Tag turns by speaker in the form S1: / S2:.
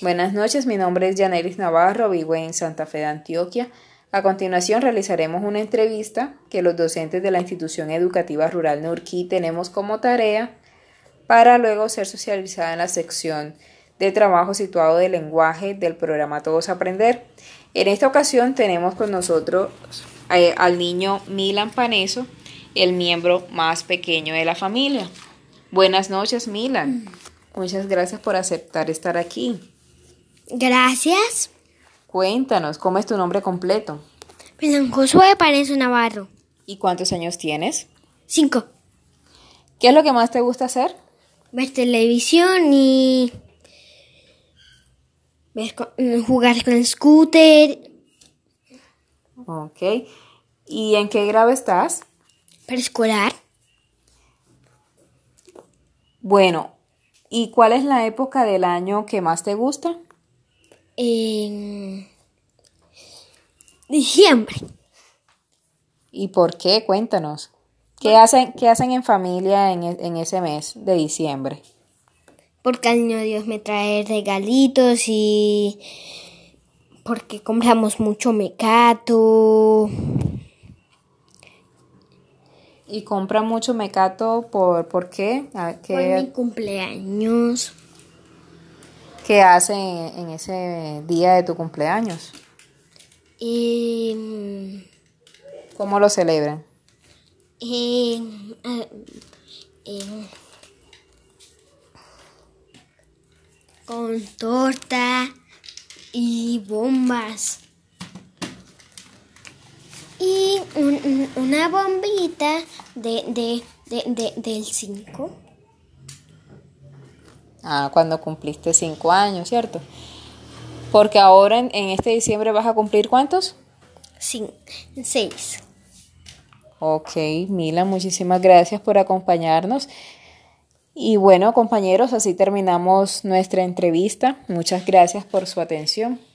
S1: Buenas noches, mi nombre es Yanelis Navarro, vivo en Santa Fe de Antioquia. A continuación realizaremos una entrevista que los docentes de la institución educativa rural Norquí tenemos como tarea para luego ser socializada en la sección de trabajo situado de lenguaje del programa Todos Aprender. En esta ocasión tenemos con nosotros eh, al niño Milan Paneso, el miembro más pequeño de la familia. Buenas noches, Milan. Muchas gracias por aceptar estar aquí.
S2: Gracias.
S1: Cuéntanos, ¿cómo es tu nombre completo?
S2: Milan Josué Paneso Navarro.
S1: ¿Y cuántos años tienes?
S2: Cinco.
S1: ¿Qué es lo que más te gusta hacer?
S2: Ver televisión y ver con, jugar con el scooter.
S1: Ok. ¿Y en qué grado estás?
S2: Preescolar.
S1: Bueno, ¿y cuál es la época del año que más te gusta?
S2: En diciembre.
S1: ¿Y por qué? Cuéntanos. ¿Qué hacen, qué hacen en familia en, e, en, ese mes de diciembre?
S2: Porque al niño Dios me trae regalitos y porque compramos mucho mecato.
S1: ¿Y compra mucho mecato por, por qué?
S2: qué? Por mi cumpleaños.
S1: ¿Qué hacen en ese día de tu cumpleaños?
S2: Eh,
S1: ¿Cómo lo celebran?
S2: Eh, eh, con torta y bombas. Y un, un, una bombita de, de, de, de del 5.
S1: Ah, cuando cumpliste 5 años, ¿cierto? Porque ahora en, en, este diciembre vas a cumplir cuántos?
S2: 6.
S1: Ok, Mila, muchísimas gracias por acompañarnos. Y bueno, compañeros, así terminamos nuestra entrevista. Muchas gracias por su atención.